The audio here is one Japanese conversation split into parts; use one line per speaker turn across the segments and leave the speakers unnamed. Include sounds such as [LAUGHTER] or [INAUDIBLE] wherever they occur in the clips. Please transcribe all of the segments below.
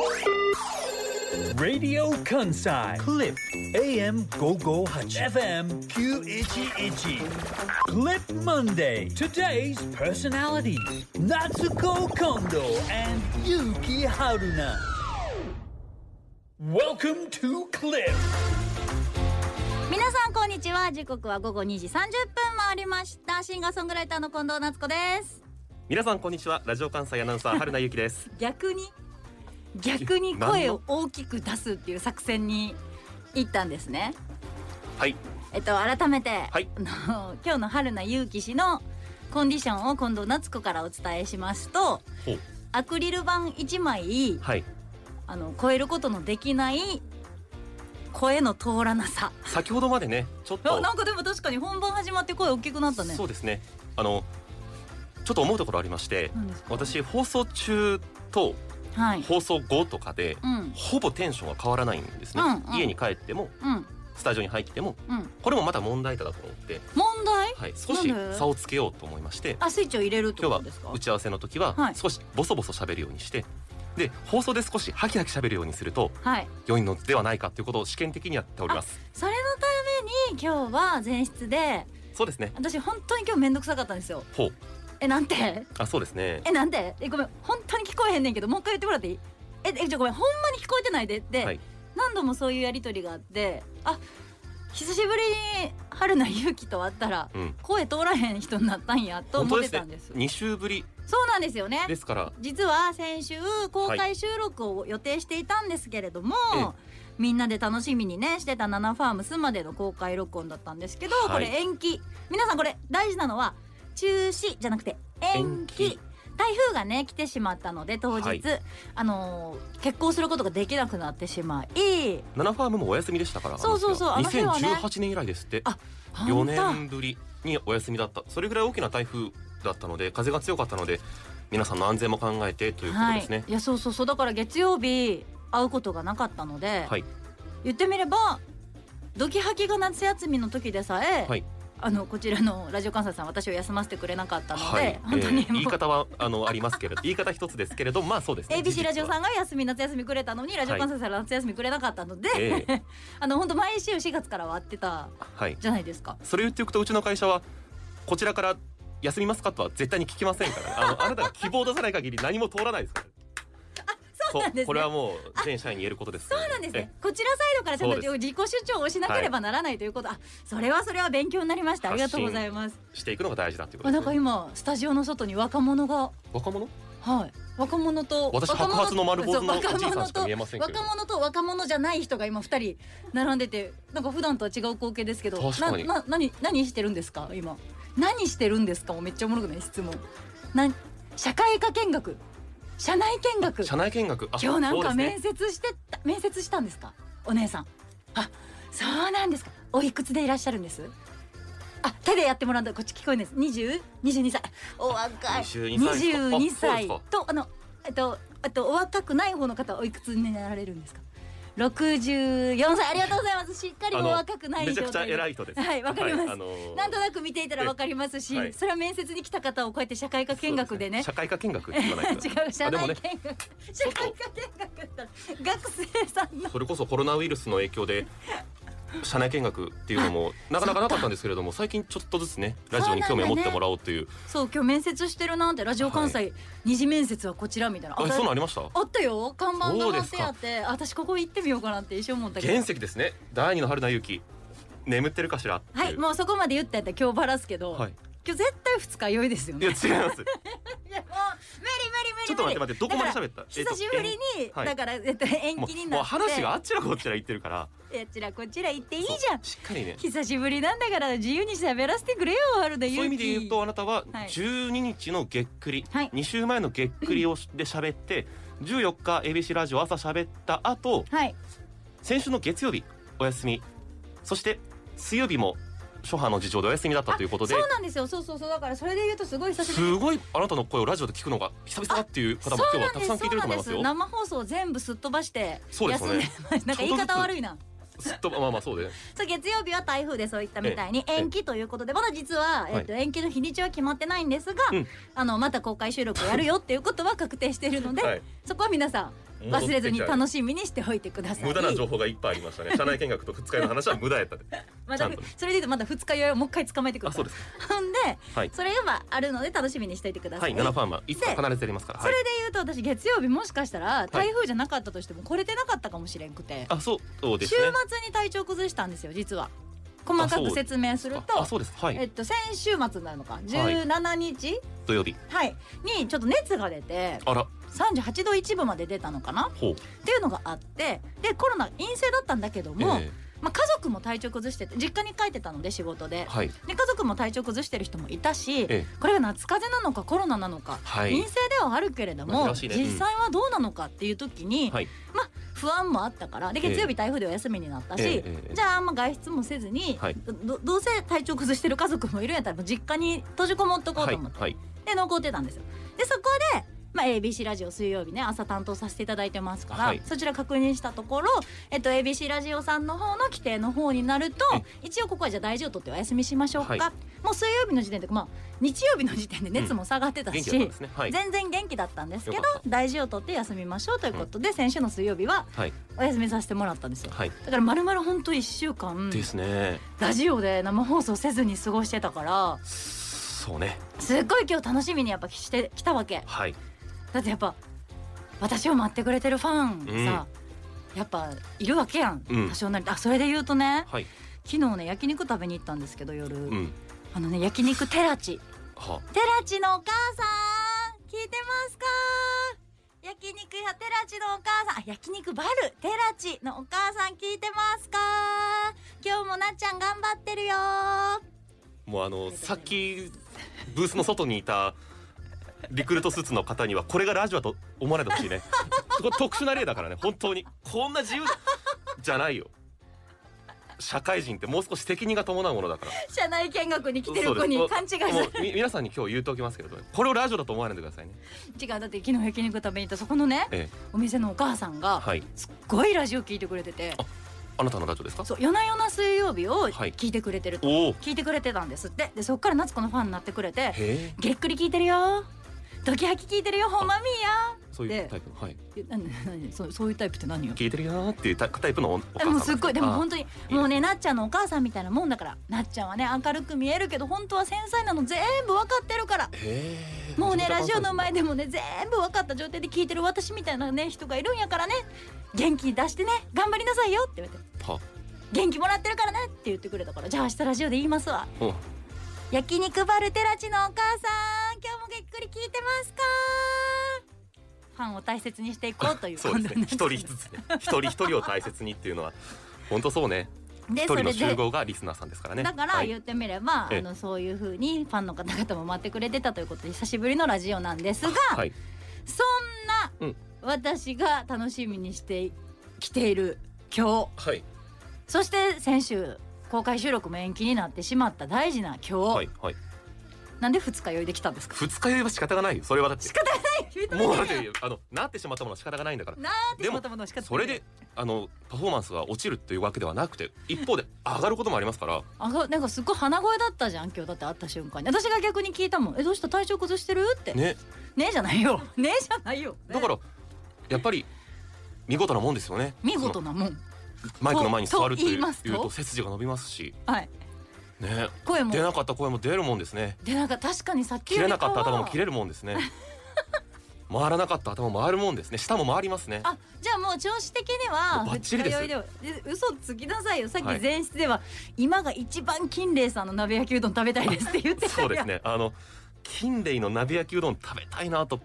ラジオ関西クリップ AM558FM911 E Clip Monday Today's personality Natsuko Kondo and Yuki Haruna Welcome to Clip
皆さんこんにちは時刻は午後2時30分回りましたシンガーソングライターの近藤夏子です
皆さんこんにちはラジオ関西アナウ
[LAUGHS]
ンサー春名由紀です
逆に逆に声を大きく出すっていう作戦に行ったんですね
はい
えっと改めて、
はい
あの [LAUGHS] 今日の春名優紀氏のコンディションを近藤夏子からお伝えしますと
ほう
アクリル板1枚
はい
あの超えることのできない声の通らなさ
先ほどまでねちょっ
あ [LAUGHS]
と
なんかでも確かに本番始まって声大きくなったね
そうですねあのちょっと思うところありまして
なんですか
私放送中と
はい
放送後とかで
うん
ほぼテンションが変わらないんですね、
うんうん
家に帰っても
うん
スタジオに入っても
うん
これもまた問題だと思って、
問題
はい、少し
なんで
差をつけようと思いまして
あスイッチを入れるって
今
こと
日
ですか
は打ち合わせの時
は
はい少しボソボソ喋るようにして、で放送で少しハキハキ喋るようにすると
はい
良いのではないかということを試験的にやっております
それのために今日は前室で
そうですね
私本当に今日めんどくさかったんですよ
ほう
えなんて
あそうですね
えなんでえごめん本当に聞こえへんねんけどもう一回言ってもらっていいええちょごめんほんまに聞こえてないでって、
はい
何度もそういうやり取りがあってあ久しぶりに春菜ゆうきと会ったら
うん
声通らへん人になったんやと思ってたんです
ね2週ぶり
そうなんですよね
ですから
実は先週公開収録を予定していたんですけれども、
ええ
みんなで楽しみにねしてた「ナナファームス」までの公開録音だったんですけど、
はい
これ延期皆さんこれ大事なのは中止じゃなくて延期
延期
台風がね来てしまったので当日、
はい
あのー結婚することができなくなってしまい
ナナファームもお休みでしたから
そうそうそう
あの日は
あの日はね
2018年以来ですって
あ
4
本当
年ぶりにお休みだったそれぐらい大きな台風だったので風が強かったので皆さんの安全も考えてということですね
い、いやそうそうそうだから月曜日会うことがなかったので、
はい
言ってみればドキハキが夏休みの時でさえ、
はい
あのこちらのラジオ関西さん私を休ませてくれなかったので、
はい、
本当に
えー言い
もう。
方はあのありますけれど言い方一つですけれどまあそうですね
[LAUGHS] ABC ラジオ
ん
さんが休み夏休みくれたのにラジオ関西さんが夏休みくれなかったので、
ええ
[LAUGHS] あの本当毎週4月からは会ってた
はい
じゃないですか
それ言っておくとうちの会社はこちらから休みますかとは絶対に聞きませんから、ね、あのあなたが希望を出さない限り何も通らないですから
そうなんですね
これはもう全社員に言えることですけ
そ
ど、
うなんですね
え
こちらサイドからちゃんと
そう
自己主張をしなければならないということ、あそれはそれは勉強になりましたありがとうございます
していくのが大事だという
あ
こと
なん
ですね、
か今スタジオの外に若者が
若者
はい若者と
私
若者
白髪の丸坊主の
そう
おじいさんしか見えませんけど
若者と若者じゃない人が今二人並んでてなんか普段とは違う光景ですけど
確かに
なな何何してるんですか今何してるんですかもめっちゃおもろくない質問なん社会科見学社内見学
社内見学あ
今日なん
そうで
か
す
面
ね
接してた面接したんですかお姉さんあそうなんですかおいくつでいらっしゃるんですあ手でやってもらうんだこっち聞こえないです20 22歳お若い
22歳ですかあ
22歳
そうです
とあのえっとあとお若くない方の方はおいくつになられるんですか64歳ありがとうございますしっかりお
あの
若くない
めちゃく
状
ちゃ
態で
偉い人です
はいわかります
あのー
なんとなく見ていたらわかりますし、
はい
それは面接に来た方をこうやって社会科見学でね
そうす社会科見学って言わない
[LAUGHS]
と
違う社
あで
内
も
見
ね
学、社会科見学だったら学生さんの
それこそコロナウイルスの影響で社内見学っていうのもなかなかなかったんですけれども最近ちょっとずつねラジオに興味を持ってもらおうという
そう今日面接してるなんてラジオ関西、二次面接はこちらみたいな
あそうなんありました
あったよ看板が
そう
持
で
っ
す
て
か
あってあ私ここ行ってみようかなって一瞬思ったけ
原
ど
石ですね第二の春菜ゆき眠ってるかしらって
はいもうそこまで言ったやったら今日バラすけど、
はい
今日絶対二日酔いですよ
いや違
ね
います
[LAUGHS] いやもう
ちょ
無
っ
理無理無理無理
と待って待ってどこまで喋った
久しぶりに、
えっとえんはい
だから絶対延期に
も
な
うも
って
う話があっちらこっちら言ってるから
あちらこちら行っていいじ
そう
ゃん
しっかりね
久しぶりなんだから自由に喋らせてくれよ春田
そう
ゆ
いう意味で言うとあなたは
はい
12日のげっくり、
はい
2週前のげっくりをしで喋って14日 ABC ラジオ朝喋った後
はい
先週の月曜日お休みそして水曜日も諸派の事情でお休みだったということで
そうなんですよそうそうそうだからそれで言うとすごい久しぶり
すごいあなたの声をラジオで聞くのが久々だっていう方も今日はたくさん聞いてると思います
そう
よ
なんです生放送全部すっ飛ばして休
そ
ん
う
で
ですよね
ますなんか言い方悪いな
すっとまあまあそうで
そう月曜日は台風でそういったみたいに
ええ
延期ということでまだ実は、
い
えっと延期の日にちは決まってないんですが、
うん
あのまた公開収録をやるよっていうことは確定しているので、
はい
そこは皆さん
戻って
忘
きた
れずに楽しみにしておいてください
無駄な情報がいっぱいありましたね社内見学と二日酔いの話は無駄やったで
[LAUGHS] ま
ちゃ
だ
んとね
それで言うとまだ二日酔いをもう一回捕まえてくだ
あ
さ
そ
いう
ですか
ほんで、
はい
それがあるので楽しみにしておいてくださ、
はいい7ファンはいつか必ずやりますから
そ
は
れ
い
で言うと私月曜日もしかしたら台風じゃなかったとしても来れてなかったかもしれんくて、
あそうそうで
週
す
末
ね
に体調崩したんですよ実は細かく説明すると
あそうですは
え
い
っと、先週末になるのか17日、
土曜日
はい、にちょっと熱が出て
あら
38度1分まで出たのかなっ
ほう
ていうのがあってでコロナ陰性だったんだけども、
え
まあ、家族も体調崩してて実家に帰ってたので仕事で
えはい
で家族も体調崩してる人もいたし、
ええ
これが夏風邪なのかコロナなのか、
はい
陰性ではあるけれども、
珍しいねうん
実際はどうなのかっていう時に、
はい
まあ不安もあったからで
ええ
月曜日台風でお休みになったし、
ええええ
じゃああんま外出もせずに、
はい
どどうせ体調崩してる家族もいるんやったらもう実家に閉じこもっとこう
は
と
い
思って、
はい
で残ってたんですよ。でそこでまあ、ABC ラジオ水曜日ね朝担当させていただいてますから、
はい
そちら確認したところ、えっと、ABC ラジオさんの方の規定の方になると
え
一応ここはじゃあ大事を取ってお休みしましょうか、
はい
もう水曜日の時点で、まあ、日曜日の時点で熱も下がってた
元
し、
気だったんですねはい
全然元気だったんですけど
よかった
大事を取って休みましょうということで、先週の水曜日は
はい
お休みさせてもらったんですよ。
はい
だからまるまる本当一週間
ですね
ラジオで生放送せずに過ごしてたから
そうね
すっごい今日楽しみにやっぱしてきたわけ
はい
だってやっぱ私を待ってくれてるファンさ、やっぱいるわけやん、
うん
多少なりとあそれで言うとね
はい
昨日ね焼肉食べに行ったんですけど夜、
うん
あのね焼肉テラチ
は
テラチのお母さん聞いてますか焼肉屋テラチのお母さんあ焼肉バルテラチのお母さん聞いてますか今日もなっちゃん頑張ってるよ
もうあのさっきブースの外にいたリクルートスーツの方にはこれがラジオだと思われてほしいね [LAUGHS] これ特殊な例だからね本当にこんな自由じゃないよ社会人ってもう少し責任が伴うものだから
社内見学に来てる子
そうです
に
もう
勘違いする
もうみ皆さんに今日言うておきますけれどもこれをラジオだと思わないでくださいね
違うだって昨日焼肉食べに行ったそこのね
ええ
お店のお母さんが
はい
すっごいラジオ聞いてくれてて
ああなたのラジオですか
そう夜な夜な水曜日を
はい
聞いてくれてると、
おおへ
聞いてくれてたんですってでそっから夏子のファンになってくれて
え
「げっくり聞いてるよドキハキ聞いてるよほんまみ
そう
で
いうタイプのはい
ーや」なんでなんでそうそういうタイプって何よ
聞いてるよーっていうタイタイプのおお母
で
さん
もすっごいでも本
当
当に
あ
もうねなっちゃんのお母さんみたいなもんだからなっちゃんはね明るく見えるけど本当は繊細なの全部わかってるから
へえ
もうねラジオの前で
で
もね全部分かった状態で聞いてる私みたいなね人がいるんやからね元気出してね頑張りなさいよって言われて
は
元気もらってるからねって言ってくれたからじゃあ明日ラジオで言いますわ
うん
焼肉バルテラチのお母さん今日もげっくり聞いてます
[LAUGHS]
かファンを大切にしていこうという
そうですね。一
今度
人
の
一つね。一人一人を大切にっていうのは本当そうね。
で
一
そ
人
れ
の
で
集合がリスナーさんですからね。
だから
はい
言ってみれば、
ええ
あのそういう風にファンの方々も待ってくれてたということで久しぶりのラジオなんですが、
はい。
そ
うん
なん私が楽しみにしてきている今日
はい
そして先週公開収録も延期になってしまった大事な今日、
はいはい。
なんで二日酔いできたんですか
二日酔いは仕方がないよ。それはだって。
仕方ない
もうだってあのなってしまったものは仕方がないんだから。
なーってしまったものは仕方ない
それであのパフォーマンスが落ちるっていうわけではなくて、一方で上がることもありますから。
あがなんかすっごい鼻声だったじゃん今日だって会った瞬間に私が逆に聞いたもん「えどうした体調崩してる?」って「ね
ね。
え」じゃないよ「ねえ」じゃないよ
だからやっぱり見事なもんですよね。
見事なもん
そのマイクの前に座ると
とと言
い
いうますと
言うと背筋が伸びますし、
はい
ね。
声も
出なかった声も出るもんですね。
でなんか確かにさっき
切
よ
れ
り
なかった頭も切れ
る
るもんですね [LAUGHS] 回らなかった頭も回るもんですね下も回りますね
あじゃあもう調子的には
もうバッチリです
二日酔いではで嘘つきなさいよさっき
はい
前室では、今が一番金麗さんの鍋焼きうどん食べたいですって言ってた
そうで
や
す
ん
ねあの金麗の鍋焼きうどん食べたいなと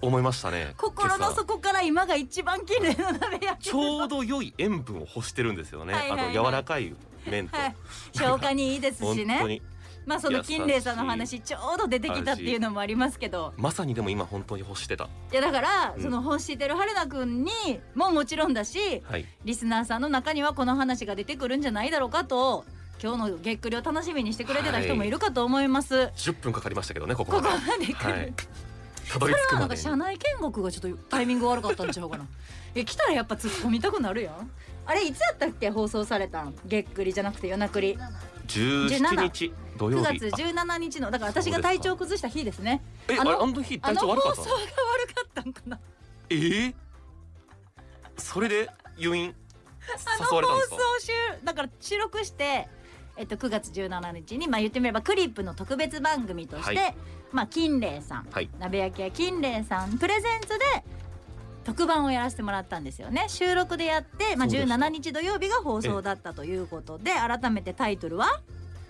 思いましたね
心
今
の
朝
底から今が一番綺麗な鍋焼
[LAUGHS]
き
ちょうど良い塩分を欲してるんですよね、
はいはいはい
あと柔らかい麺と、
はい消化にいいです
本
し
当
ね
に
まあその金麗さんの話ちょうど出てきたっていうのもありますけど
まさにでも今本当に欲してた
いやだから、
うん
その本知ってる春菜くんにももちろんだし
はい
リスナーさんの中にはこの話が出てくるんじゃないだろうかと今日のげっくりを楽しみにしてくれてた人もいるかと思います、
10分かかりましたけどねここ
ここ
まで
まで来る、
はいたど
こ
り
れ
着く
はな
ま
んか
でに
社内建国がちょっとタイミング悪かったんちゃうかな [LAUGHS] え来たらやっぱ突っ込みたくなるやんあれいつやったっけ放送されたんげっくりじゃなくて夜なくり
17日土曜
9
日
月
あ
17日のだから私が体調崩した日ですね
え
あ
あ
の
れあの日
あ
体
の
調
放
悪かっ
送が
たの
悪かったんかな
えーそれで誘引
あの
誘われたん
放
で
送
すか
収だから収録して、えっと、9月17日に、まあ、言ってみればクリップの特別番組として、
はい
まあ、金麗さん、
はい
鍋焼き屋金麗さんプレゼンツで特番をやらせてもらったんですよね収録でやって、まあ、
そうでした
17日土曜日が放送だったということで改めてタイトルは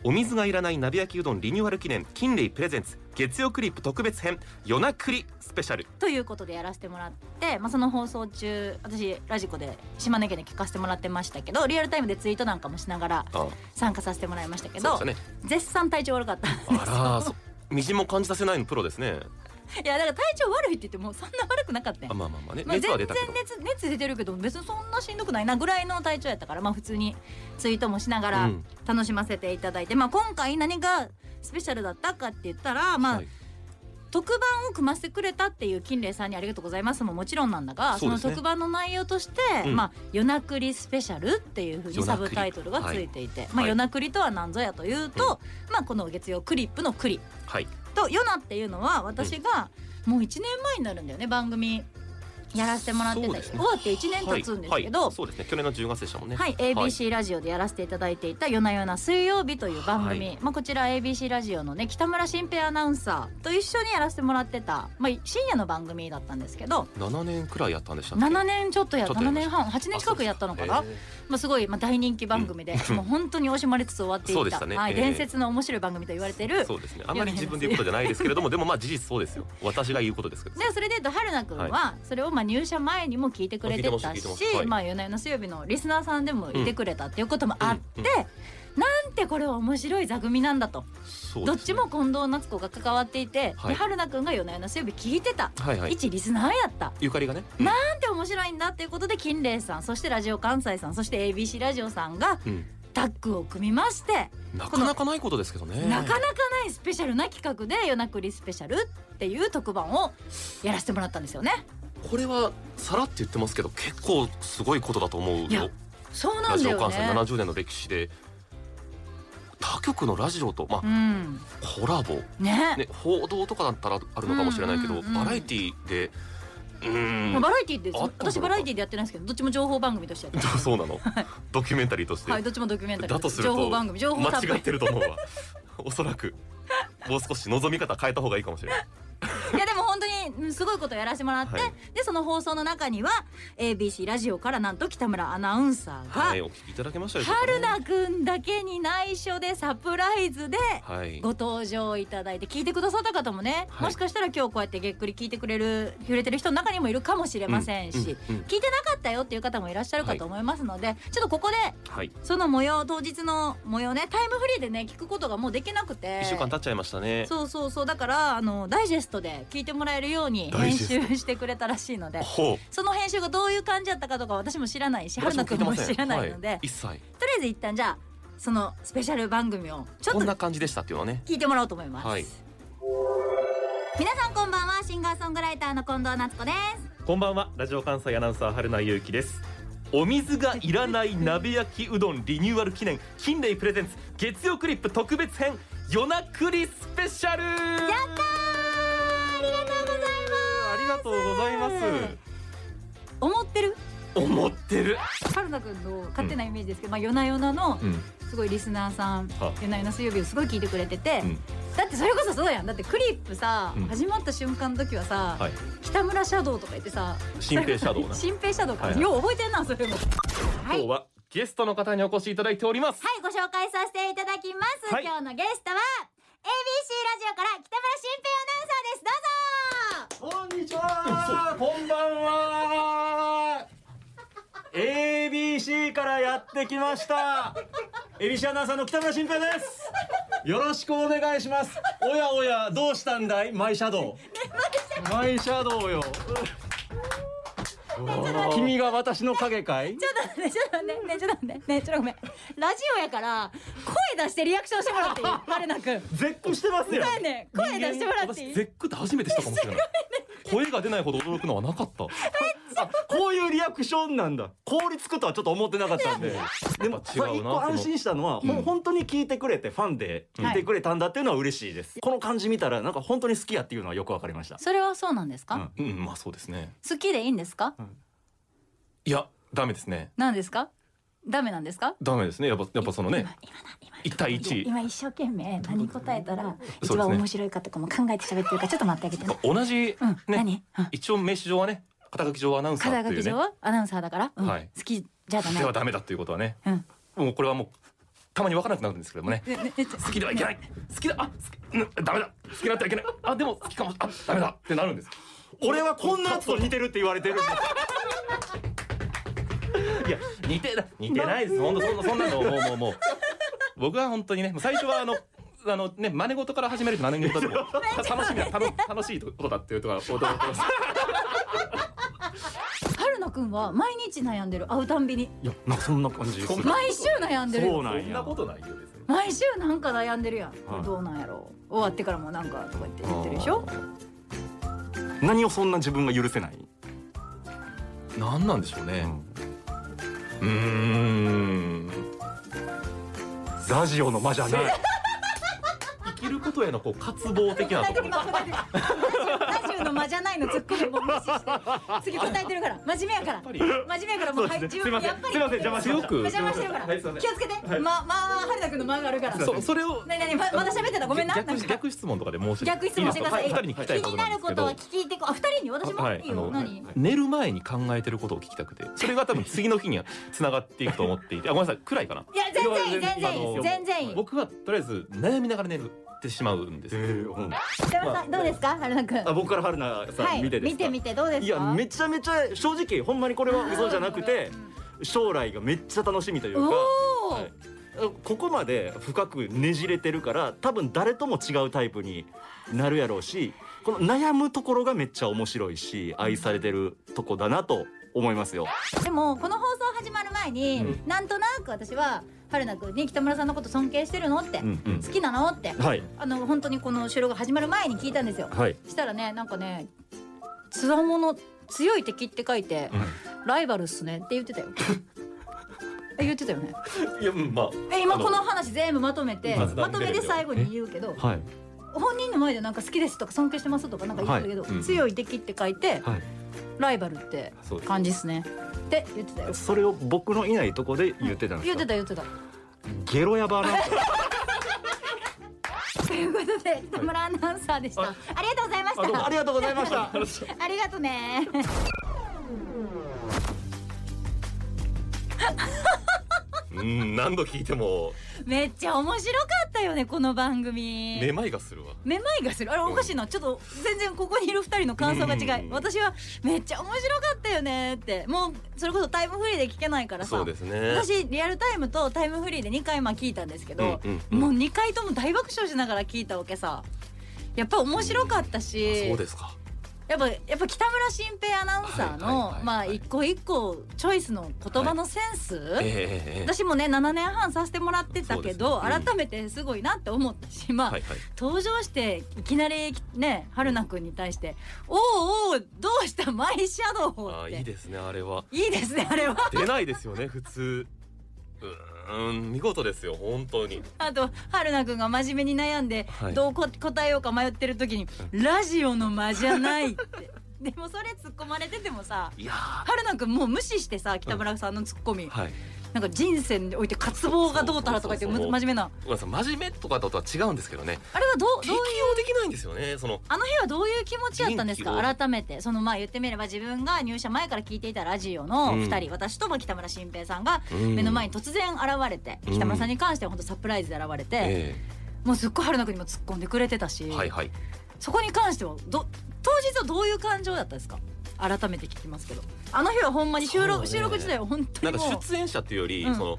お水がいらない鍋焼きうどんリニューアル記念金麗プレゼンツ月曜クリップ特別編夜なクリスペシャル
ということでやらせてもらって、まあ、その放送中私ラジコで島根県で聞かせてもらってましたけどリアルタイムでツイートなんかもしながら
あ
参加させてもらいましたけ
そう
ど、
でしたね
絶賛体調悪かったんですよ
あらそみじんも感じさせないのプロですね
いやだから体調悪いって言ってもそんな悪くなかったよ
あまあまあまあね、
まあ、
熱
全
は
然
出たけど
熱熱出てるけど別にそんなしんどくないなぐらいの体調やったからまあ普通にツイートもしなが
う
ら
ん
楽しませていただいて、まあ今回何がスペシャルだったかって言ったらまあ、
はい
特番を組ませてくれたっていう金麗さんにありがとうございますももちろんなんだがそ,、
そうで
の
すね
特番の内容として、
うん
まあ夜なくりスペシャルっていうふうに
夜
サ
なくり
ブタイトルがついていて、まあ
はい
夜なくりとは何ぞやというと、まあこの月曜クリップのクリ
はい
とヨナっていうのは私がもう1年前になるんだよね番組やらせてもらって
そ
た、
うですね
終わって1年経つんですけど、
はい
は
はい
い
そうですね去年の10月でしたもんね
ABC ラジオでやらせていただいていた「夜な夜な水曜日」という番組、
は
まあ、こちら ABC ラジオのね北村新平アナウンサーと一緒にやらせてもらってた、まあ、深夜の番組だったんですけど
7年くらいやったんでしたっけ
7年ちょっとや
ちょっと
7
やり
年
ました
半8年近くやったのかな、
え
まあ、すごい、まあ、大人気番組で、もう本当に惜しまれつつ終わって
そう
い
で
た、
したね
はい、
えー
伝説の面白い番組と言われて
ー
る
そうですねあまり自分で言うことじゃないですけ
[LAUGHS]
れどもでもまあ事実そうですよ私が言うことですけど
でそれで言うと春菜くんはそれをまあ入社前にも聞いてくれて
あ聞いて
た
ます聞い
して
ますはい
まあ夜な夜な水曜日のリスナーさんでもいてくれたっていうこともあって
うん
なんてこれは面白い座組なんだと
そう
ど
ですね
っちも近藤夏子が関わっていて
はい
で春菜くんが夜な夜な水曜日聞いてた
はいはい
一リスナーやった
ゆかりがね
ななんて面白いんだっていうことで金麗さんそしてラジオ関西さんそして ABC ラジオさんが
うん
タッグを組みまして
なかなかないことですけどね
なかなかないスペシャルな企画で「夜なくりスペシャル」っていう特番をやらせてもらったんですよね。
これはさらって言ってますけど結構すごいことだと思う
いや
よ
そうな
ラ
ん
ジ
だ
オ
よ
関西
ね。
70年の歴史で他局のラジオとまあ
うん、
コラボ
ね
ね報道とかだったらあるのかもしれないけど
うんうんうんうん
バラエティーでう
ま
ー
あ
ん
バラエティーで
あったんだろうか
私バラエティーでやってないんですけどどっちも情報番組としてやってます
[LAUGHS] そうなのドキュメンタリーとして
はいどっちもドキュメンタリー
だとすると
情報番組情報サブ
間違ってると思うわおそらくもう少し望み方変えた方がいいかもしれない
いやでも本当にうんすごいことやらせてもらって、
はい
でその放送の中には ABC ラジオからなんと北村アナウンサーが、
はいお聞きいただけましたでしょうかね
春菜くんだけに内緒でサプライズで
はい
ご登場いただいて聞いてくださった方もね、
はい
もしかしたら今日こうやってげっくり聞いてくれる触れてる人の中にもいるかもしれませんし、
うんうんうん
聞いてなかったよっていう方もいらっしゃるかと思いますので、ちょっとここで
はい
その模様当日の模様ねタイムフリーでね聞くことがもうできなくて
一週間経っちゃいましたね
そうそうそうだからあのダイジェストで聞いてもらえるように
ダイ
編
ジェスト
集してくれたらしいので
ほう
その編集がどういう感じだったかとか私も知らないし春菜くんも知らないので、
は一切
とりあえず一旦じゃあそのスペシャル番組をちょ
こ
っ
ん
と
な感じでしたっていうのはね
聞いてもらおうと思います、
はい
皆さんこんばんはシンガーソングライターの近藤夏子です
こんばんはラジオ関西アナウンサー春名優輝ですお水がいらない鍋焼きうどんリニューアル記念金麗プレゼンツ月曜クリップ特別編夜なくりスペシャルやったありがとうございますありがとうございます
思ってる
思ってる、
春菜くんの勝手なイメージですけど、まあ夜な夜なの
うん、
すごいリスナーさん
は
夜な夜な水曜日をすごい聞いてくれてて、
うん
だってそれこそそうやんだってクリップさ、
うん
始まった瞬間の時はさ、
はい
北村シャドウとか言ってさ
新兵
[LAUGHS]
シャドウな
新平シャドウか、
はいはい
よう覚えてんなそれもは
今
い
日はゲストの方にお越しいただいております
はい、ご紹介させていただきます。
はい
今日のゲストは ABC ラジオから北村新平アナウンサーです。
[LAUGHS]
どうぞ。
こんにちは。こんばんは。ABC からやってきました。ABC アナウンサーの北村新平です。よろしくお願いします。おやおや、どうしたんだい、マイシャドウ。マイシャドウよ。君が私の影かい。
ちょっとね、ちょっとね、ね、ちょっとね、ね、ちょっとごめん。ラジオやから出してリアクションしてもらっていい春菜くん
絶句してますよ
そうやねん声出してもらっていい
私絶句って初めてしたかもしれない声が出ないほど驚くのはなかった
あこういうリアクションなんだ凍りつくとはちょっと思ってなかったんででも
違うな
一個安心したのは、ほん本当に聞いてくれてファンで聞いてくれたんだっていうのは嬉しいです、この感じ見たらなんか本当に好きやっていうのはよくわかりました
それはそうなんですか、
うん、うん、まあそうですね
好きでいいんですか
いやダメですね
なんですかダメなんですか
ダメですねやっぱやっぱそのね
今な今
一対一
今一生懸命何答えたら
そ
一
うです
番
ね
面白いかとかも考えて喋ってるからちょっと待ってあげてね
同じ
うん、
ね
何、うん、
一応名刺上はね肩書き上はアナウンサーっ
肩
て
書き
いうね
上はアナウンサーだから、うん
はい
好きじゃダメ
ではダメだということはね
うん
もうこれはもうたまにわからなくなるんですけどもね
ねね
好きではいけない好きだあ好きうんダメだ好きになってはいけないあでも好きかもあダメだってなるんです
俺はこんなやつと似てるって言われてるんです
いや似てな似てないです本当そんなそんなのもうもうもう僕は本当にね最初はあのあのね真似事から始めるって真似事でもた楽しみだ楽楽しいことだっていうところは驚きます
春菜くんは毎日悩んでる会うたんびに
いやなんかそんな感じです
そんな
毎週悩んでる
そう
よ
なんや
とないよ別に
毎週なんか悩んでるやん、
はい
どうなんやろう終わってからもなんかとか言って言ってるでしょ
何をそんな自分が許せない、
何なんでしょう
う
ね
ん
うーん
ラジオの間じゃない
生きることへのこう渇望的なところ
今答えてるラジオの間じゃないのツッコミも無視して次答えてるから真面目やから
ぱり
真面目やからもうはい自
すい
分
ません
やっぱり
すいません邪魔しました
強く
邪魔してるから
はいすいません
気をつけてままあ春菜くんの間があるから
そうそれを
なになにままだ喋ってたごめんななん
逆
か
逆質問とかで申し
逆質問してください
いいですか二人に聞きたい
気
こ
に
と
な
なん
る
です
こ
け
と
ど
は聞いてこあ二人に私も、、
はいい
い
あ
よ
の
何、
寝る前に考えてることを聞きたくてそれが多分次の日には繋がっていくと思っていてあごめんなさい暗いかない
や全然いい全然
あ
いい
の
全然いい
僕はとりあえず悩みながら寝るってしまうんです
え
よ
ーうん
北村さんどうですか春菜くん
あ僕から春菜さん、
はい
見てで
見
すか
て見てどうですか
いやめちゃめちゃ正直ほんまにこれは嘘じゃなくて将来がめっちゃ楽しみというか、
おお、
はいここまで深くねじれてるから多分誰とも違うタイプになるやろうしこの悩むところがめっちゃ面白いし愛されてるとこだなと思いますよ。
でもこの放送始まる前に、
う
なんとなく私は春菜くんに北村さんのこと尊敬してるのって、
うんうん
好きなのって
はい
あの本当にこの収録が始まる前に聞いたんですよ
はい
したらねなんかね「つわもの強い敵」って書いて「ライバルっすね」って言
[LAUGHS]
ってたよえ言ってたよね
いやうんまあ
え今
あの
この話全部まとめて
雑談
まとめ
レベ
て
ルでは
最後に言うけど
はい
本人の前でなんか好きですとか尊敬してますとかなんか言ってたけど、
はいうん
強い敵って書いて
はい
ライバルって
そうです
感じっすねって言ってたよ
それを僕のいないとこで言ってたんで
言
す
って
か。
た言ってた
ゲロヤ [LAUGHS] バな。
ということで北村アナウンサーでした、ありがとうございまし
あどうも
た
ありがとうございました。
ありがとね。
うん何度聞いても
めっちゃ面白かったよね、この番組。
めまいがするわ
めまいがするあれおかしいなちょっと全然ここにいる二人の感想が違い、
うん
私はめっちゃ面白かったよねってもうそれこそタイムフリーで聞けないからさ
そうですね
私リアルタイムとタイムフリーで2回まあ聞いたんですけど、
うんうんうん
もう2回とも大爆笑しながら聞いたわけさやっぱ面白かったし、
そうですか
やっぱやっぱ北村新平アナウンサー
はいはいはい
の
はい
まあ一個一個チョイスの言葉のセンス、
ええええええ
私もね7年半させてもらってたけど、
そうですねうん
改めてすごいなって思ったしまあ、
はいはい
登場していきなりね春菜くんに対して「おうおうどうしたマイシャドウ」
あ
っ
ー
て
いいですねあれはい
いですねあれは
出ないですよね [LAUGHS] 普通うーん見事ですよ本当に
あと春菜くんが真面目に悩んで、
はい
どうこ答えようか迷ってる時に「ラジオの間じゃない」
[LAUGHS]
って。でもそれ突っ込まれててもさ
いやー
春菜くんもう無視してさ北村さんの突っ込み、
はい
なんか人生において渇望がどうたらとか言って
そうそうそうそう
む真面目な
ごめんなさい真面目とかとは違うんですけどね
あれはどう
適
どういう
用できないんですよねその
あの日はどういう気持ちやったんです
元気
か
を
改めてそのまあ言ってみれば自分が入社前から聞いていたラジオの2人、私とまあ北村新平さんが
うん
目の前に突然現れて、
うん
北村さんに関しては本当サプライズで現れて、
え
もうすっごい春菜くんにも突っ込んでくれてたし、
えはいはい
そこに関してはど当日はどういう感情だったんですか改めて聞きますけどあの日はほんまに収録、
そうね
収録自体は本当
なん
に
か
もう
出演者っていうより、
うん
その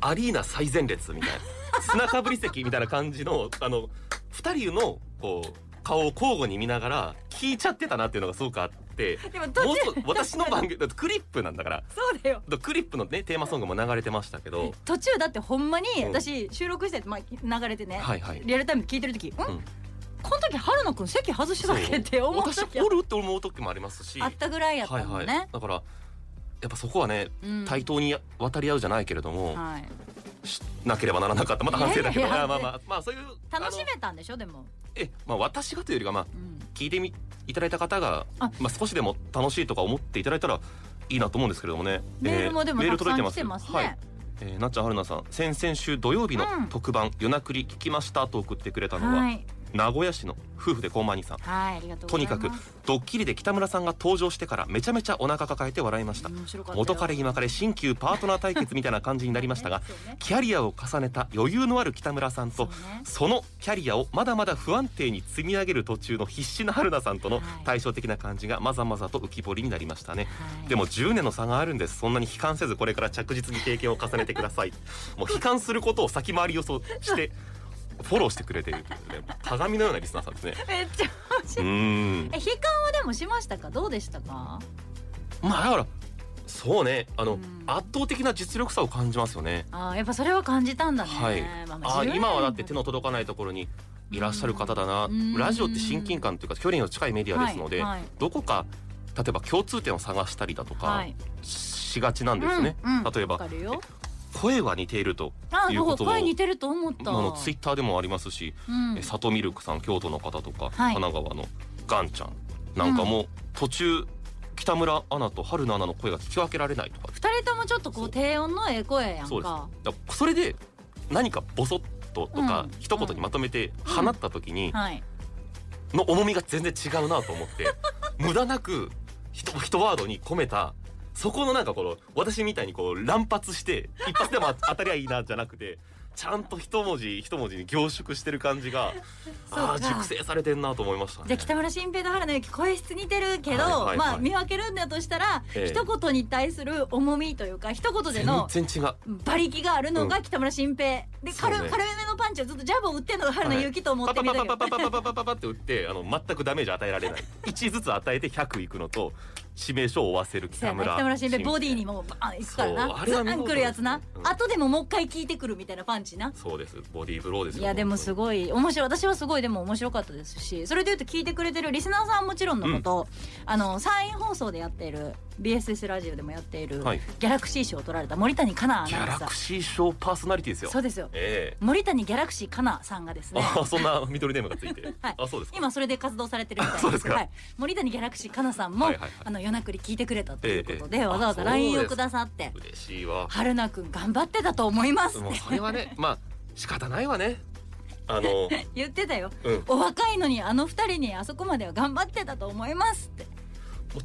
アリーナ最
[LAUGHS]
前列みたいな砂かぶり席みたいな感じのあの二人のこう顔を交互に見ながら聞いちゃってたなっていうのがすごくあって
でも途中
もうそう私の番組だってクリップなんだからだか
[LAUGHS] そうだよ
らクリップのねテーマソングも流れてましたけど
途中だってほんまに
うん
私収録して、まあ、流れてね、
はいはい
リアルタイムで聞いてる時、ん、
ん
この時春野くん席外してたっけって思う
私
時
おるって思う時もありますし
あったぐらいやったもんね、
はいはい、だからやっぱそこはね
うん
対等に渡り合うじゃないけれども、
はい
しなければならなかったまた反省だけど
いやいや
まあまあまあまあそういう
楽し
あの
めたんでしょでも、
え、まあ、私がというよりかまあ
うん
聞いてみいただいた方が
あ
まあ、少しでも楽しいとか思っていただいたらいいなと思うんですけれどもね
メールもでも
メー
た
ル
くさ
届い
ん来てますね、
はいえーなっちゃんはるなさん先々週土曜日の
うん
特番「夜なくり聞きました」と送ってくれたのは、
はい、
名古屋市の夫婦でこんまにさん
はい、ありがとう
と
ござ
に
いま
か
す
くドッキリで北村さんが登場してからめちゃめちゃお腹抱えて笑いました
面白かったよ
元彼今彼新旧パートナー対決みたいな感じになりましたが
そうね
キャリアを重ねた余裕のある北村さん
そう
と
ね
そのキャリアをまだまだ不安定に積み上げる途中の必死な春菜さんとの
はい
対照的な感じがまざまざと浮き彫りになりましたね。
はい
でも10年の差があるんですそんなに悲観せずこれから着実に経験を重ねてくださいもう悲観することを先回り予想してフォローしてくれているということで鏡のようなリスナーさんですね
めっちゃ面
う
白い
ー
[LAUGHS]
ん
え悲観はでもしましたかどうでしたか
まあだからそうねあの、
うん
圧倒的な実力差を感じますよね
あーやっぱそれは感じたんだね、
はい
まあま
あ
自由
今はだって手の届かないところにいらっしゃる方だな
うん
ラジオって親近感というか距離の近いメディアですので、
はいはい
どこか例えば共通点を探したりだとか
はい
しがちなんですね、
うんうん
例え
わ
ば
かるよ
声が似ていると
あー
いう
な
こ
ん
と
か
を
声似てると思っ
あ
た
のツイッターでもありますし、
うん
え、里ミルクさん京都の方とか、
はい
神奈川のガンちゃんなんかも途中北村アナと春菜アナの声が聞き分けられないとか
二人ともちょっとこ
そうう
低音のええ声やん
そうです
か。
だからそれで何かボソッととか、
うん
一言にまとめて放った時に
はい。
の重みが全然違うなと思って無駄なく一一ワードに込めたそこのなんかこの私みたいにこう乱発して一発でも当たりゃいいなじゃなくてちゃんと一文字一文字に凝縮してる感じが
そうか
ああ熟成されてんなと思いましたね。
じゃあ北村新平と原のゆき声質似てるけど、
はいはいはい
まあ見分けるんだとしたら、
ええ
一言に対する重みというか一言での
全然違う
馬力があるのが北村新平、で軽
そうね
軽めのパンチをずっとジャブを打ってんのが原のゆきと思っ
パ
て
パ
みたけど、
パパパパパパパパパって打ってあの全くダメージ与えられない1ずつ与えて100いくのと指名書を負わせる
そう
北
やな
村
北村新平ボディにもバーンいくから
そう
な
あ
ズ
れは見事
ーンくるやつな、
うん
後でももう一回聞いてくるみたいなパンチな
そうですボディーブローですよ
いやでもす
ご
ごい面白い私はすごいでも面白かったですしそれでいうと聞いてくれてるリスナーさんはもちろんのこと、あの山陰放送でやっている BSS ラジオでもやっている、
はい
ギャラクシー賞を取られた森谷香奈
ギ
アナ
ャ
ウン
ラ
サ
ク
ー
シー賞パーソナリティですよ
そうですよ
え
森谷ギャラクシー香奈さんがです
え
ね
あそんな緑ネームがついて、
[LAUGHS] はい
あそうですか
今それで活動されてるみたいな
そうですか
はい、森谷ギャラクシー香奈さんも、
はいはいはい
あの夜なくり聞いてくれたということで、
ええええ
わざわざ
あそうです
LINE をくださって
嬉しいわ
春菜くん頑張ってたと思いますっ
もう
て
それ
[LAUGHS]
はねまあ仕方ないわねあの
言ってたよ
[LAUGHS] うんもう
お若いのにあの二人にあそこまでは頑張ってたと思いますって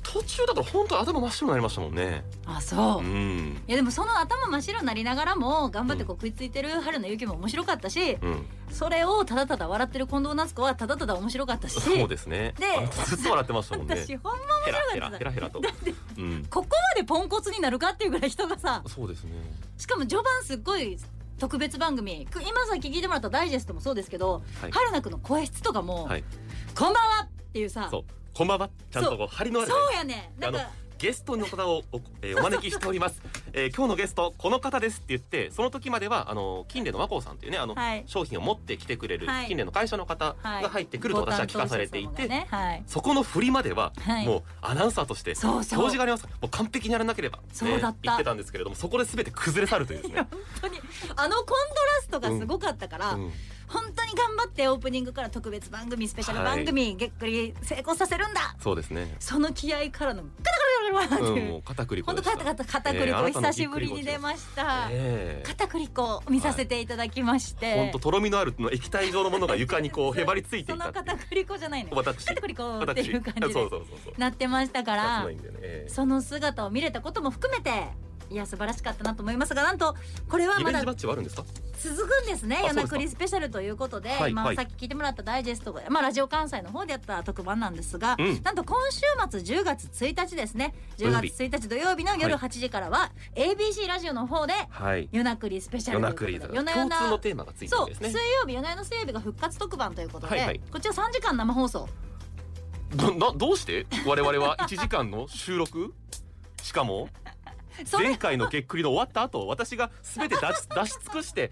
途中だから本当頭真っ白になりましたもんね
あそうう、
ん
いやでもその頭真っ白になりながらも頑張ってこう食いついてる春の勇気も面白かったし、
うん
それをただただ笑ってる近藤夏子はただただ面白かったし
そうですね
で
あのずっと笑ってましたもんね
私ほんま
ヘラ
面白か
ヘラ
った
ヘラヘラとうん
ここまでポンコツになるかっていうぐらい人がさ
そうですね。
しかも序盤すっごい特別番組く今さっき聞いてもらったダイジェストもそうですけど、
はい
春菜くんの声質とかも、
はい。
こんばんは!」っていうさ
そう。こんばんは。ちゃんとこう張りのあるね、
そうやねんなん
あ
か
のゲストの方をお,、えーお招きしております。 [LAUGHS] えー今日のゲストこの方ですって言って、その時まではあの金蓮の和光さんっていうねあの、
はい
商品を持ってきてくれる
はい
金蓮の会社の方が入ってくると
ボ
私
タ
は
ン
聞かされていて。
当事者様がねはい、
そこの振りまでは、
はい
もうアナウンサーとして
そうそう
表示がありますからもう完璧にやらなければ、ね、
そうだった
言ってたんですけれどもそこで全て崩れ去るというです
[LAUGHS]
ね、
本当にあのコントラストがすごかったから、
うん
本当に頑張ってオープニングから特別番組スペシャル番組、げっくり成功させるんだ
そうですね、
その気合からのガタガタガタガタって
う
い
ん、
う、
もう片栗粉
本
で
当
した
ガタガタ片栗
えーあ
粉、
なたの
久しぶりに出ました、
ええ
片栗粉を見させていただきまして、
ほんととろみのあるの液体状のものが床にこうへばりつい
[LAUGHS]
て
そ
いた
の
っていう
片栗粉じゃないのよ
私
片栗粉っていう感じ
そ
で
うそうそうそう
なってましたか
二つ
ら
ないんだよねええ
その姿を見れたことも含めていや素晴らしかったなと思いますがなんとこれは
リ
ま
ベン
だ
ジマッチはあるんですか
続くんですね
あ
夜
そう
な
ですか
くりスペシャルということで、
はい
まあ
はい
さっき聞いてもらったダイジェストが、まあ、ラジオ関西の方でやった特番なんですが、
うん
なんと今週末10月1日ですね
土
10
曜
月
日
1日土曜日の夜8時からは ABC ラジオの方で
はい
夜なくりスペシャル
夜なくり
と
だ
いうこ
か
とで
ら共通の
な
テーマがついてる
そ
ん
う
です
水
ね
曜日夜な夜の水曜日が復活特番ということで、
はいはい
こちら3時間生放送
どなどうして我々は1時間の収
[LAUGHS]
録しかも
それ
前回のげっくりの終わった後私が全て出
[LAUGHS]
し出し尽くして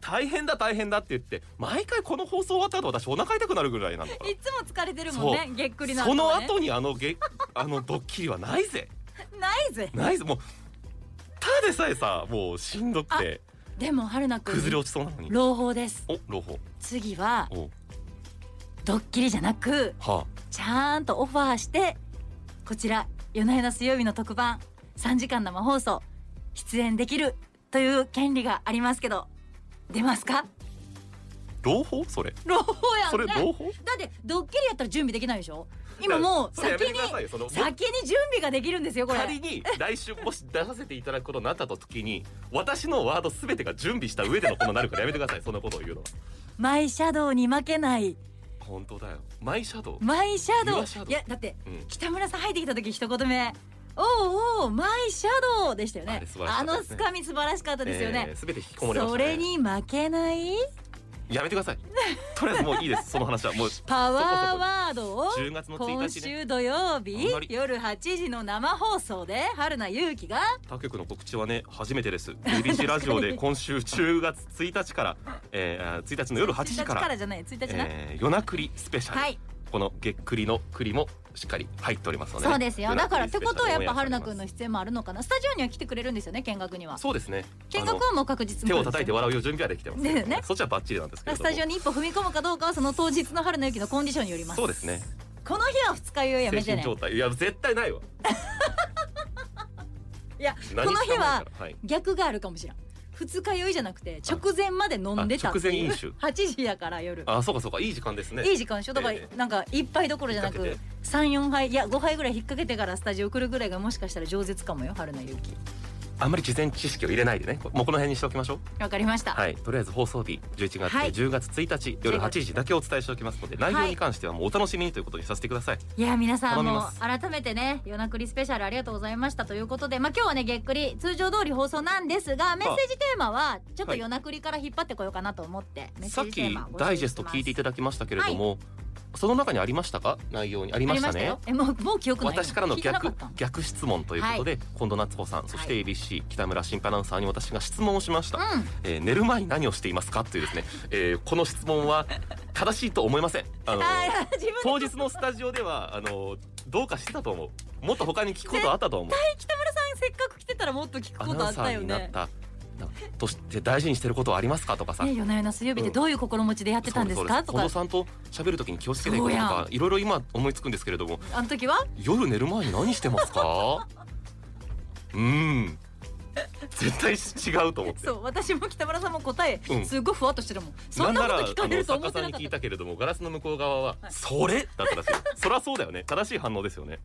大変だ大変だって言って毎回この放送終わった後私お腹痛くなるぐらいなんだか
いつも疲れてるもんね
そう
げっくり
ら
の
その
はね
後にあのげ [LAUGHS] あのドッキリはないぜ
ないぜ
ないぜもうただでさえさもうしんどくて
でも春菜くん
崩れ落ちそうなのに
朗報です
お朗報
次は
お
ドッキリじゃなく
は
ちゃんとオファーしてこちら夜な夜な水曜日の特番3時間生放送出演できるという権利がありますけど出ますか
あ朗報それ
朗報やんね
それ朗報
だってドッキリやったら準備できないでしょ今もう
それや
先
めて
に
くださいよその
先に準備ができるんですよこれ
仮に来週もし出させていただくことになった時に私のワードすべてが準備した上でのことになるからやめてくださいそんなことを言うのは
マイシャドウに負けない
本当だよマイシャドウ
マイシャド
ユ
ウ
アシャドウ
いやだって
うん
北村さん入ってきた時一言目おうおうマイシャドウでしたよ
あ
ね
れ素晴らし
あ
かった
の
です
つ
ね
かみ素晴らしかったですよね、
えー全て引き込まれまし
そ
たね
れに負けない
やめてくださいとりあえずもういいですその話はもう
パワーワードを
10月の1
今
日ね
週土曜日
あんまり
夜8時の生放送で春名優輝が
他局の告知はね初めてです ABC ラジオで今週10月1日から、えー、あ1日の夜8
1
時
日
から
からじゃない1日な、
えー夜なくりスペシャル、
はい
このげっくりのくりもしっかり入っておりますのでね、
そうですよ
夜
だ
なく
からっ
り
て
スペシャ
こ
ル
とはやっぱ
オン
春
エアさ
名
れます
くんの出演もあるのかなスタジオには来てくれるんですよね見学には
そうですね
見学はもう確実に来
手
る
を
んですよ
叩いて笑うよ準備はできてますけど
ですよね
そっちはバッチリなんですけれ
ス
ども
タジオに一歩踏み込むかどうかはその当日の春名優輝のコンディションによります
そうですね
この日は二日酔いやめ
精
て
神
ね
状態いや絶対ないわ
いやこ
何
の
し
日
かな
は
いからはい
逆があるかもしれん二日酔いじゃなくて直前まで飲んでたっていう
あ直前飲酒
8時やから夜
あそうかそうかいい時間ですね
いい時間でしょだから
え
なんか一杯どころじゃな
引っ
く
掛
34杯いや5杯ぐらい引っ掛けてからスタジオ来るぐらいがもしかしたら饒舌かもよ春菜ゆうき
あんまり事前知識を入れないでねもうこの辺にしておきましょう
わかりました、
はいとりあえず放送日11月、
はい
10月1日夜8時だけお伝えしておきますので内容に関してはもうお楽しみにということにさせてください、
いや皆さん
頼み
もう
ます
改めてね夜なくりスペシャルありがとうございましたということでまあ今日はねげっくり通常通り放送なんですがメッセージテーマはちょっと
はい
夜なくりから引っ張ってこようかなと思ってメッセ
さっ
ージテー
き
マ募集します
ダイジェスト聞いていただきましたけれども、その中にありましたか内容にあり
あ
ま
り
し
ま
た
した
ね
よえもうもう記憶ない
私からの
聞いてなか
逆
ったの
逆質問ということで、近藤夏子さんそして ABC 北村新アナウンサーに私が質問をしました、
うん
えー寝る前に何をしていますかというですね、えーこの質問は正しいと思いませんあの
あー自分で
当日のスタジオではあのどうかしてたと思うもっと他に聞くことあったと思う
北村さんせっかく来てたらもっと聞く
ア
こと
ナ
あ
ウ
っ
ンサ
た
ー
よ
になっ
ね。
たなとして大事にしてることはありますかとかさ、
ね、夜な夜な水曜日ってどういう心持ちでやってたんですかと
そう
か
です、そうです近藤さんと喋るときに気をつけていこうと
そうや
かいろいろ今思いつくんですけれども
あの時は
夜寝る前に何してま
[LAUGHS]
すかうん絶対違うと思って
そう私も北村さんも答え、
うん
すっごいふわっとしてるもんそんなこと聞かれると思って
んならあの作家さん
な
に
かっ
聞い
た
たけれどもガラスの向こう側は「それ!」だったらしいそりゃそうだよね正しい反応ですよね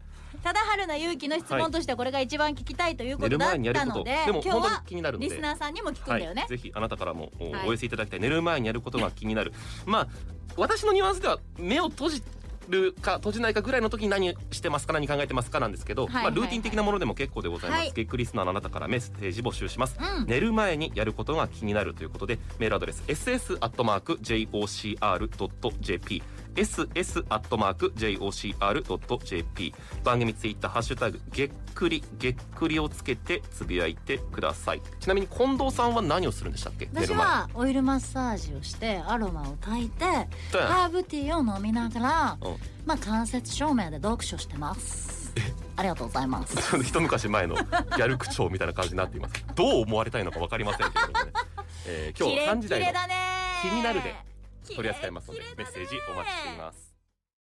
ただ春菜勇気の質問としてはこれが一番聞きたいということだっ
寝る前にや
た
るこ
の
と
で,、
でも
今日
本当に
は
気になるの
リ
で
スナーさんにも聞くん
は
だよね
い、、ぜひあなたからもお
はい
お寄せいただきたい、寝る前にやることが気になるまあ私のニュアンスでは目を閉じるか閉じないかぐらいの時に何してますか何考えてますかなんですけど、
はい
まあ、ルーティン的なものでも結構でございます、
はい
ゲックリスナーのあなたからメッセージ募集します、
うん
寝る前にやることが気になるということでメールアドレス ss.jocr.jp ss.jocr.jp 番組ツイッターハッシュタグげっくりげっくりをつけてつぶやいてくださいちなみに近藤さんは何をするんでしたっけ寝
私
る前
はオイルマッサージをしてアロマを炊いて
だよね
ハーブティーを飲みながら、
うん
まあ間接照明で読書してますありがとうございます
ちょっと一昔前 [LAUGHS] のギャル口調みたいな感じになっていますどう思われたいのかわかりませんけれどもね、えー今日3時台
キレキ
の
レだね
気になるで
キレ
取り扱いますのでメッセージお待ちしています